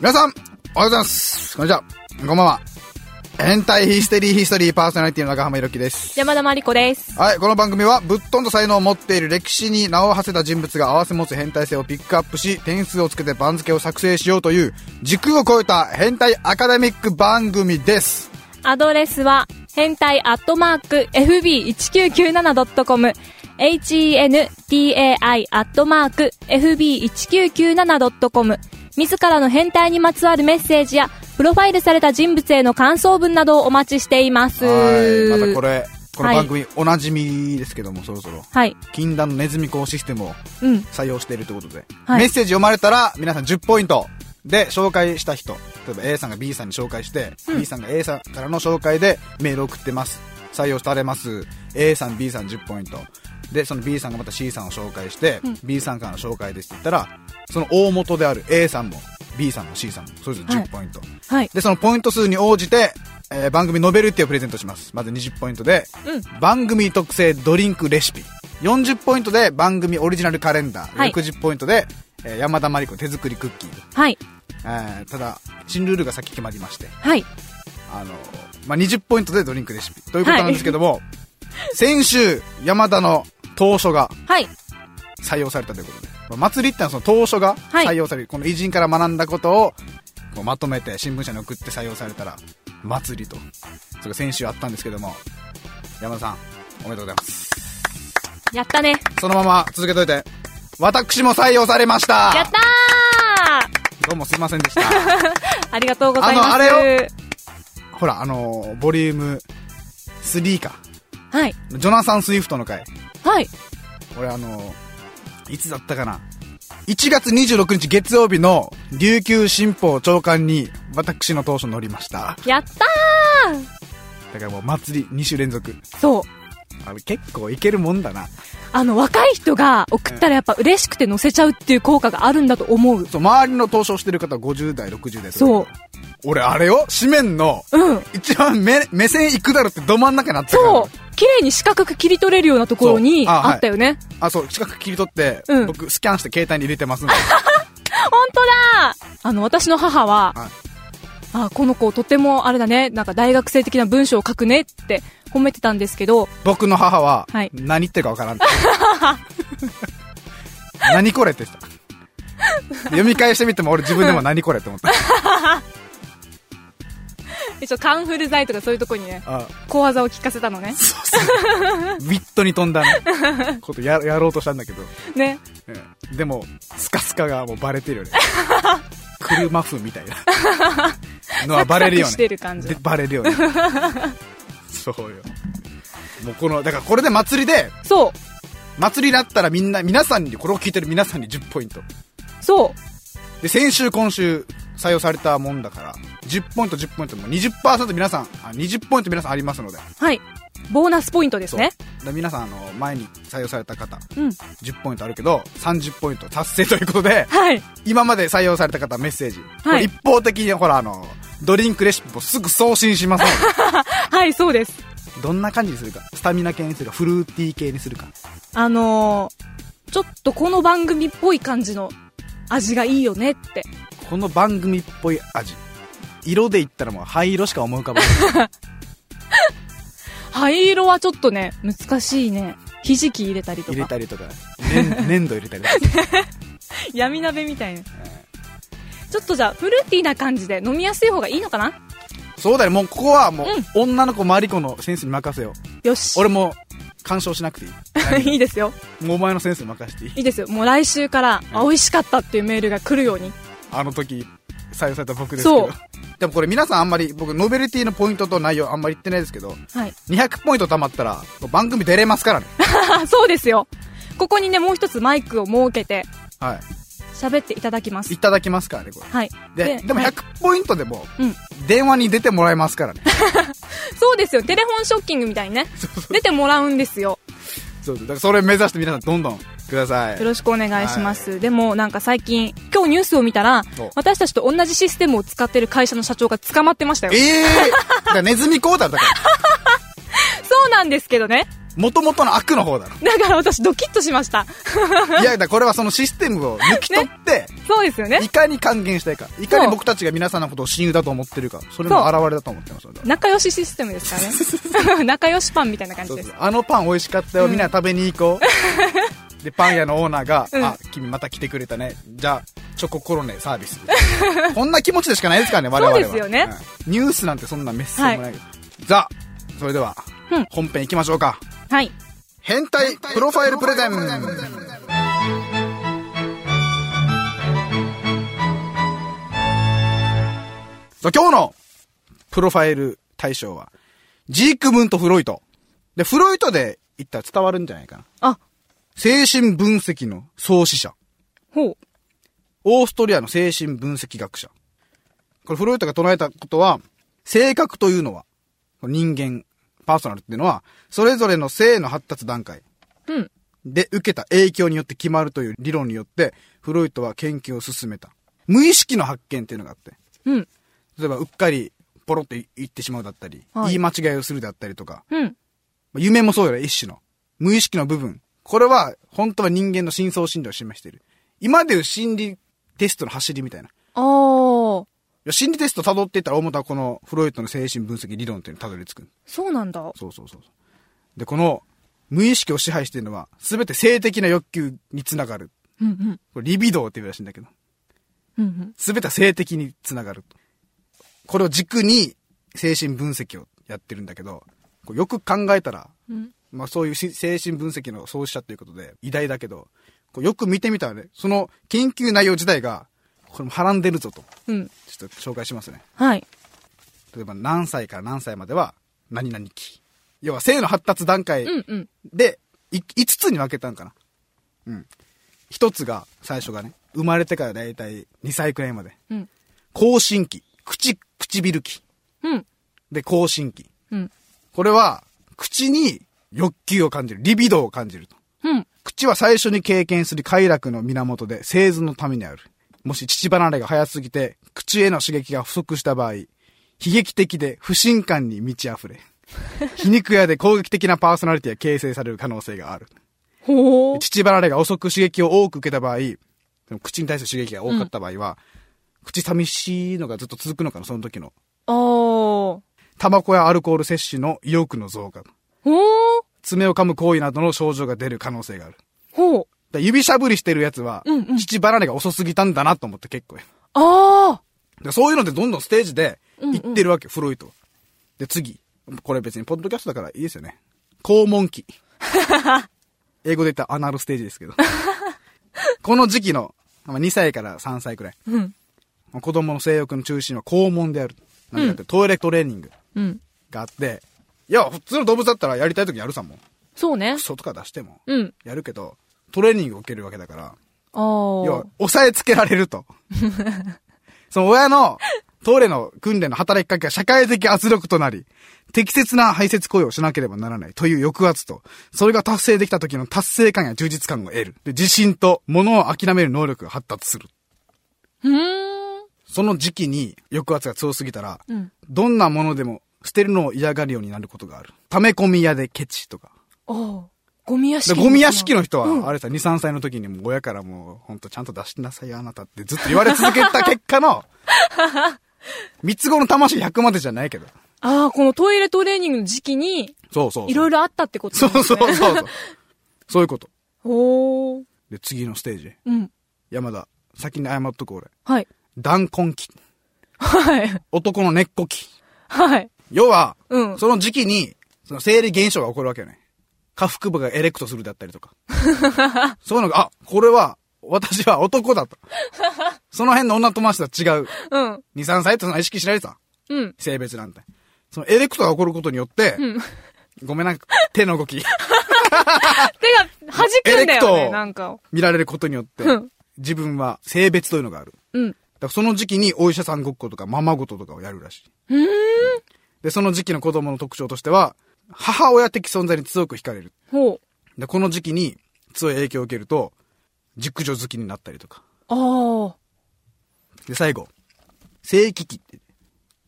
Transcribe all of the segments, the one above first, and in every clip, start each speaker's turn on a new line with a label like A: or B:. A: 皆さん、おはようございます。こんにちは。こんばんは。変態ヒステリーヒストリーパーソナリティの中浜ゆろきです。
B: 山田真理子です。
A: はい、この番組はぶっ飛んだ才能を持っている歴史に名を馳せた人物が合わせ持つ変態性をピックアップし、点数をつけて番付を作成しようという、時空を超えた変態アカデミック番組です。
B: アドレスは、変態アットマーク、fb1997.com、hentai アットマーク、fb1997.com、自らの変態にまつわるメッセージや、プロファイルされた人物への感想文などをお待ちしています。
A: はい、またこ
B: れ。
A: れ、この番組おなじみですけども、そろそろ。
B: はい。
A: 禁断のネズミ講システムを
B: うん。
A: 採用しているということで、
B: はい
A: メッセージ読まれたら皆さん10ポイントで紹介した人例えば A さんが B さんに紹介して、B さんが A さんからの紹介でメールを送ってます採用されます A さん B さん10ポイントでその B さんがまた C さんを紹介して、B さんからの紹介ですって言ったらその大元である A さんも B さんも C さんもそれぞれ
B: はい
A: 10ポイント、
B: はい。
A: でそのポイント数に応じて、えー番組ノベルティをプレゼントしますまず20ポイントで、
B: う
A: 番組特製ドリンクレシピ40ポイントで番組オリジナルカレンダー、
B: はい
A: 60ポイントで、えー山田真理子手作りクッキー、
B: はい。
A: えーただ新ルールがさっき決まりまして、
B: はい。
A: あのまあ、20ポイントでドリンクレシピということなんですけども、先週山田の当初が
B: はい。
A: 採用されたということで、まあ、祭りってのはその当初が
B: はい
A: 採用される、この偉人から学んだことをこうまとめて新聞社に送って採用されたら祭りとそれが先週あったんですけども山田さんおめでとうございます
B: やったね。
A: そのまま続けといて私も採用されました
B: やった
A: どうもすいませんでした
B: ーありがとうございます。
A: あのあれほらあのーボリューム3か
B: はい。
A: ジョナサン・スウィフトの回
B: はい。
A: 俺あのーいつだったかな1月26日月曜日の琉球新報長官に私の当初乗りました
B: やった
A: だからもう祭り2週連続
B: ーそう。
A: あれ結構いけるもんだな
B: あの、若い人が送ったらやっぱ嬉しくて載せちゃうっていう効果があるんだと思う。
A: そう周りの投書してる方は50代60代とか
B: そう
A: 俺あれよ紙面の
B: うん。
A: 一番目目線いくだろってど真ん中になったから
B: そう。綺麗に四角く切り取れるようなところに
A: そうあはい
B: あったよね。
A: あ、そう、近く切り取って、
B: うん
A: 僕、スキャンして携帯に入れてますんで。
B: 本当だあの、私の母は、
A: はい
B: あ、この子とてもあれだね、なんか大学生的な文章を書くねって褒めてたんですけど、
A: 僕の母は、
B: はい
A: 何言ってるかわからん って。何これって言ってた。読み返してみても俺自分でも何これって思った。
B: 一応カンフル剤とかそういうとこにね、
A: あ
B: 小技を聞かせたのね。
A: ウィットに飛んだ、ね、ことややろうとしたんだけど、
B: ね。
A: うんでも、スカスカがもうバレてるよね。車風みたいなのはバレるよ
B: サク
A: ね。
B: サクしてる感じ
A: で。バレるよね。そうよ。もうこの、だからこれで祭りで、
B: そ
A: 祭りだったらみんな、皆さんに、これを聞いてる皆さんに10ポイント。
B: う。そ
A: で、先週、今週、採用されたもんだから、10ポイント、10ポイント、もう20%皆さん、あ、20ポイント皆さんありますので。
B: う。はい。ボーナスポイントですね。
A: で皆さん、あの、前に採用された方、
B: うん。
A: 10ポイントあるけど、30ポイント達成ということで、
B: はい。
A: 今まで採用された方メッセージ。
B: はい
A: これ一方的に、ほら、あの、ドリンクレシピをすぐ送信しますの
B: はい、そうです。
A: で、どんな感じにするか、スタミナ系にするか、フルーティー系にするか。
B: あのー、ちょっとこの番組っぽい感じの味がいいよねって。
A: この番組っぽい味。色で言ったらもう灰色しか思い浮かばない。
B: 灰色はちょっとね、難しいね。ひじき入れたりと
A: 入れ
B: か。
A: たりと か、ね粘土入れたりとか。
B: 闇鍋みたいな。ちょっとじゃあ、フルーティーな感じで飲みやすい方がいいのかな
A: そうだね、もうここはもう、女の子マリコのセンスに任せよう。
B: よし。
A: 俺も、干渉しなくていい。
B: いいですよ。
A: もうお前のセンスに任せていい。
B: いいですよ。もう来週から、あ美味しかったっていうメールが来るように。
A: あの時、採用された僕ですけど
B: そう。
A: でもこれ皆さんあんまり、僕、ノベルティのポイントと内容あんまり言ってないですけど、
B: はい。
A: 200ポイント貯まったら、番組出れますからね。
B: あ、そうですよ。ここにね、もう一つマイクを設けて、
A: は
B: 喋っていただきます
A: い。い。ただきますからね、これ。
B: はい。
A: で、でも
B: はい
A: 100ポイントでも、
B: うん。
A: 電話に出てもらえますからね。
B: そうですよ。テレフォンショッキングみたいにね。出てもらうんですよ。
A: そうそう。だからそれ目指して皆さんどんどんください
B: よ。ろしくお願いします、でもなんか最近今日ニュースを見たら
A: お
B: 私たちと同じシステムを使ってる会社の社長が捕まってましたよ
A: ええー、だからネズミコータルだから。
B: そうなんですけどね
A: もともとの悪の方だろ
B: だから私ドキッとしました。
A: いやだからこれはそのシステムを抜き取って、
B: そうですよね
A: い。かに還元したいかいかに僕たちが皆さんのことを親友だと思ってるかそれの表れだと思ってますだから
B: 仲良しシステムですからね。 仲良しパンみたいな感じ
A: そう
B: です
A: そう。あのパン美味しかったよ、みんな食べに行こう でパン屋のオーナーが「
B: うん
A: あ君また来てくれたねじゃあチョココロネサービス」こんな気持ちでしかないですからね我々は
B: そうですよね
A: うんニュースなんてそんなメッセージもないけど、ザそれでは、
B: うん
A: 本編行きましょうか
B: はい。
A: 変態プロファイルプレゼンさあ今日のプロファイル対象は、ジークムンとフロイト。で、フロイトで言ったら伝わるんじゃないかな。
B: あ、
A: 精神分析の創始者。
B: ほう。
A: オーストリアの精神分析学者。これフロイトが唱えたことは、性格というのは、人間、パーソナルっていうのは、それぞれの性の発達段階
B: うん。
A: で受けた影響によって決まるという理論によって、フロイトは研究を進めた。無意識の発見っていうのがあって、
B: うん。
A: 例えばうっかりポロって言ってしまうだったり、
B: はい
A: 言い間違いをするだったりとか、
B: うん。
A: まあ夢もそうよね、一種の。無意識の部分。これは本当は人間の深層心理を示している。今でいう心理テストの走りみたいな。
B: あー、
A: いや心理テスト辿っていったら大本はこのフロイトの精神分析理論というのに辿り着く。
B: そうなんだ。
A: そうそうそうそう。で、この無意識を支配しているのは全て性的な欲求につながる。
B: うんうん。
A: これリビドーっていうらしいんだけど。
B: うんうん。
A: 全ては性的につながると。これを軸に精神分析をやってるんだけど、こうよく考えたら、
B: うん
A: まあそういうし精神分析の創始者ということで偉大だけど、こうよく見てみたらね、その研究内容自体が、これもはらんでるぞと、
B: うん。
A: ちょっと紹介しますね。
B: はい。
A: 例えば何歳から何歳までは何々期。要は性の発達段階
B: うんうん。
A: で、い5つに分けたんかな。うん。1つが、最初がね、生まれてからだいたい2歳くらいまで。
B: うん。
A: 更新期、口、唇期。
B: うん。
A: で、更新期。
B: うん。
A: これは、口に欲求を感じる、リビドーを感じると。
B: うん。
A: 口は最初に経験する快楽の源で、生存のためにある。もし乳離れが早すぎて、口への刺激が不足した場合、悲劇的で不信感に満ち溢れ、皮肉屋で攻撃的なパーソナリティが形成される可能性がある。
B: ほう。
A: 乳離れが遅く刺激を多く受けた場合、その口に対する刺激が多かった場合は、口寂しいのがずっと続くのかな、その時の。
B: あー。
A: タバコやアルコール摂取の意欲の増加。
B: ほう。
A: 爪を噛む行為などの症状が出る可能性がある。
B: ほう。
A: だから指しゃぶりしてるやつは、
B: うんうん
A: 乳離れが遅すぎたんだなと思って結構。
B: あ
A: でそういうのでどんどんステージで
B: うんうん
A: 行ってるわけ、フロイトは。で、次。これ別にポッドキャストだからいいですよね。肛門 期。英語で言ったらアナルステージですけど。 この時期の、まあ2歳から3歳くらい。
B: ー。うん。
A: 子供の性欲の中心は肛門である。なんだって、トイレトレーニング
B: うん。
A: があって、いや、普通の動物だったらやりたい時やるさもん。
B: そうね
A: ク。ソとか出しても。
B: うん。
A: やるけど、トレーニングを受けるわけだから、
B: あー。
A: 要は、抑えつけられる と。その親の、トイレの訓練の働きかけが社会的圧力となり、適切な排泄行為をしなければならないという抑圧と、それが達成できた時の達成感や充実感を得る。で、自信と、物を諦める能力が発達する。
B: うーん。
A: その時期に抑圧が強すぎたら、
B: うん。
A: どんなものでも捨てるのを嫌がるようになることがある。溜め込み屋でケチとか。
B: あー。ゴミ屋
A: で
B: 敷。
A: ゴミ屋敷の人は、
B: うん
A: あれさ、2、3歳の時にもう親からもう、ほんとちゃんと出しなさいよ、あなたってずっと言われ続けた結果 の、三つ子の魂100までじゃないけど。
B: ああ、このトイレトレーニングの時期に、
A: そうそうそう。
B: いろいろあったってこと
A: そうそうそう
B: う。
A: そう。そういうこと。
B: おー。
A: で、次のステージ。
B: うん。
A: 山田、先に謝っとく俺。
B: はい。
A: 断根期。
B: はい。
A: 男の根っこ期。
B: はい。
A: 要は、
B: うん
A: その時期に、その生理現象が起こるわけよね。下腹部がエレクトするだったり とか。そういうのが、あ、これは、私は男だと。その辺の女友達とは違う。
B: うん。
A: 2、3歳ってそんな意識しないさ。
B: うん。
A: 性別なんて。そのエレクトが起こることによって、
B: うん。
A: ごめんなんか、手の動き
B: 手が弾くんだよ
A: エレク
B: ね、
A: ト
B: なんか。
A: 見られることによって
B: うん、
A: 自分は性別というのがある。
B: うん。
A: だからその時期にお医者さんごっことかママごととかをやるらしい。
B: うーん。
A: で、その時期の子供の特徴としては、母親的存在に強く惹かれる。
B: ほう。
A: で、この時期に強い影響を受けると、熟女好きになったりとか。
B: あ
A: で、最後、性器期っ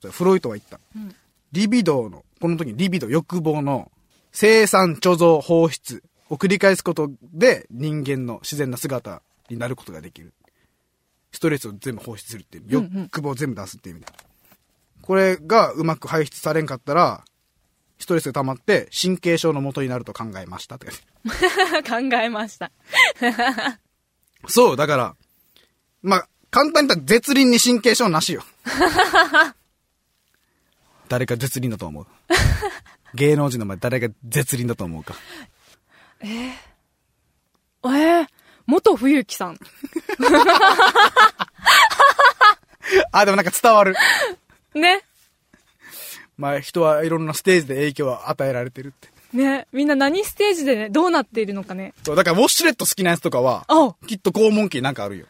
A: て、フロイトは言った。リビドーの、この時にリビドー、欲望の生産、貯蔵、放出を繰り返すことで人間の自然な姿になることができる。ストレスを全部放出するっていう、欲望を全部出すっていう意味だ。これがうまく排出されんかったら、ストレスが溜まって神経症の元になると考えましたって書いてある
B: 考えました。
A: そう、だから、まあ、簡単に言ったら絶倫に神経症なし よ。誰か絶倫だと思う。芸能人の前誰が絶倫だと思うか。
B: えー、元冬木さん。
A: あ、でもなんか伝わる。
B: ね。
A: まあ、人はいろんなステージで影響を与えられてるって。
B: ね。みんな何ステージでね、どうなっているのかね。
A: そう、だからウォッシュレット好きなやつとかは、
B: あ
A: きっと肛門期なんかあるよ。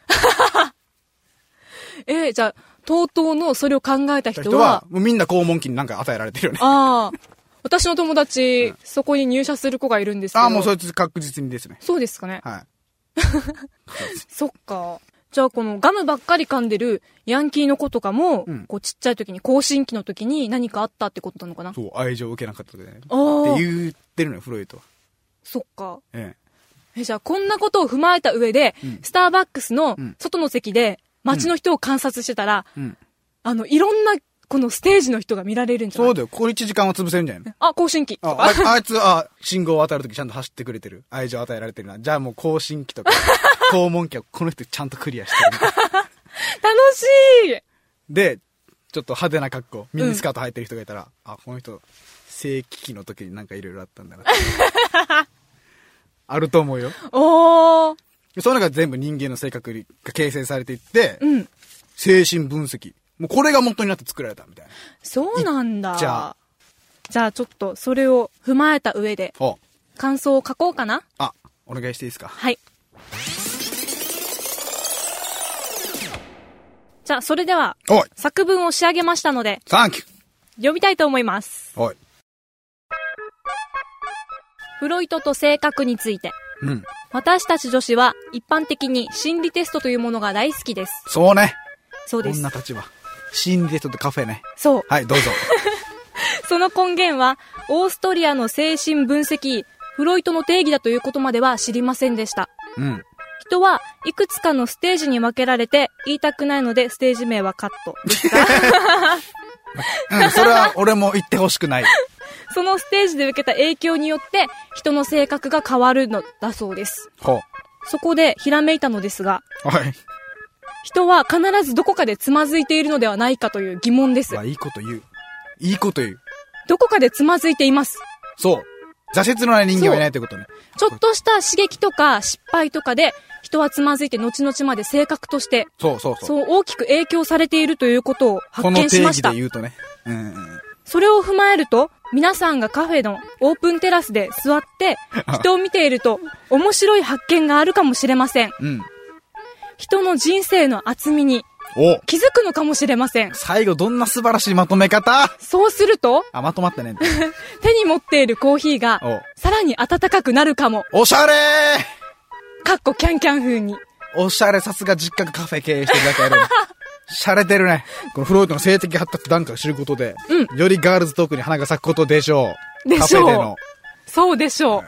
B: えー、じゃあ、とうとうのそれを考えた人
A: 人は
B: は、、
A: もうみんな肛門期になんか与えられてるよね。
B: ああ、私の友達、そこに入社する子がいるんですけど。
A: ああ、もうそいつ確実にですね。
B: そうですかね。
A: はい。
B: そっか。じゃあこのガムばっかり噛んでるヤンキーの子とかも、
A: うん
B: こうちっちゃい時に、更新期の時に何かあったってことなのかな
A: そう、愛情を受けなかったでね。
B: あー
A: って言ってるのよ、フロイトは。
B: そっか。
A: え
B: え、じゃあこんなことを踏まえた上で、
A: うん
B: スターバックスの
A: うん
B: 外の席で街の人を観察してたら、
A: え。うん。
B: あの、いろんなこのステージの人が見られるんじゃな
A: そ
B: いう
A: だよ。ここに1時間は潰せるんじゃないの
B: あ、更新期と
A: あ
B: か。
A: ああいつ、あ、信号を与えるときちゃんと走ってくれてる。愛情を与えられてるな。じゃあもう更新機とか、肛門機はこの人ちゃんとクリアしてるみたいな。
B: 楽しい
A: で、ちょっと派手な格好、ミニスカート履いてる人がいたら、あ、この人、正規期の時になんかいろいろあったんだなって。あると思うよ。
B: おー。
A: そういうのが全部人間の性格が形成されていって、
B: うん。
A: 精神分析。もうこれが元になって作られたみたいな。
B: そうなんだ。
A: じゃあ
B: じゃあちょっとそれを踏まえた上で
A: お
B: 感想を書こうかな。
A: あ、お願いしていいですか。
B: はい。じゃあ、それでは、
A: おい
B: 作文を仕上げましたので、
A: サンキュー
B: 読みたいと思います。
A: おい。
B: フロイトと性格について。
A: うん。
B: 私たち女子は、一般的に心理テストというものが大好きです。
A: そうね。
B: そうです。
A: 女たちは。心理テストとカフェね。
B: そう。
A: はい、どうぞ。
B: その根源は、オーストリアの精神分析医、フロイトの定義だということまでは知りませんでした。
A: うん。
B: 人はいくつかのステージに分けられて、言いたくないので、ステージ名はカット。
A: うん、それは俺も言ってほしくない。
B: そのステージで受けた影響によって人の性格が変わるのだそうです。
A: ほう。
B: そこでひらめいたのですが、
A: はい。
B: 人は必ずどこかでつまずいているのではないかという疑問です
A: まあ、。いいこと言う。いいこと言う。
B: どこかでつまずいています。
A: そう。挫折のない人間はいないということね。
B: ちょっとした刺激とか失敗とかで人はつまずいて後々まで性格として
A: そうそうそう。
B: そう大きく影響されているということを発
A: この
B: 見し
A: 定
B: まし
A: 義
B: た
A: で。言うとね。うんうん。
B: それを踏まえると、皆さんがカフェのオープンテラスで座って人を見ていると面白い発見があるかもしれません。
A: うん。
B: 人の人生の厚みに
A: お
B: 気づくのかもしれません。
A: 最後どんな素晴らしいまとめ方
B: そうすると、
A: あ、まとまったね。
B: 手に持っているコーヒーが、さらに暖かくなるかも。
A: おおしゃれ
B: かっこキャンキャン風に。
A: ーおしゃれ、さすが実家がカフェ経営してるだけ ある。しゃれてるね。このフロイトの性的発達段階を知ることで、
B: う
A: よりガールズトークに花が咲くことでしょう。
B: でしょう
A: カフェでの。
B: そうでしょ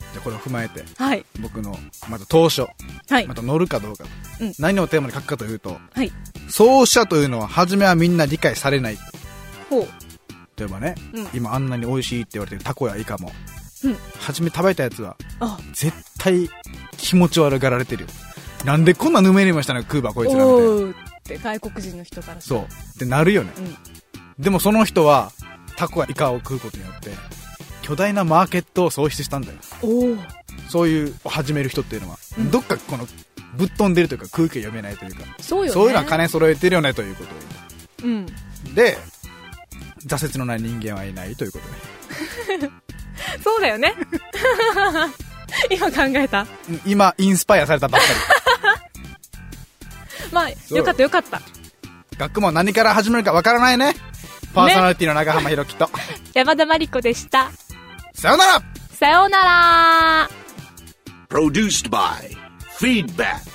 A: じゃあこれを踏まえて、
B: う。はい。
A: 僕の、まず当初、
B: はい
A: ま。た乗るかどうか、
B: うん
A: 何をテーマに書くかというと
B: はい。
A: 創始者というのは初めはみんな理解されない
B: ほう。
A: 例えばね、
B: うん
A: 今あんなに美味しいって言われてるタコやイカも
B: うん。
A: 初め食べたやつは
B: あ、
A: 絶対気持ち悪がられてるよなんでこんなぬめりましたねクーバーこい
B: お
A: つらみたいな
B: ーって外国人の人から
A: そうってなるよね
B: う。うん。
A: でもその人はタコやイカを食うことによって巨大なマーケットを創出したんだよ
B: おー。
A: そういう始める人っていうのは、
B: うん
A: どっかこのぶっ飛んでるというか空気が読めないというか
B: そうよね。
A: そういうのは金揃えてるよねということを言う
B: うん。
A: で挫折のない人間はいないということね
B: そうだよ ね。今考えた。
A: うん今インスパイアされたばっか
B: まあ、
A: う
B: よかったよかった。
A: り学問は何から始めるかわからないねパーソナリティの長浜ひろ きと、
B: 山田まりこでした。
A: さよなら
B: さようなら
C: Produced by Feedback.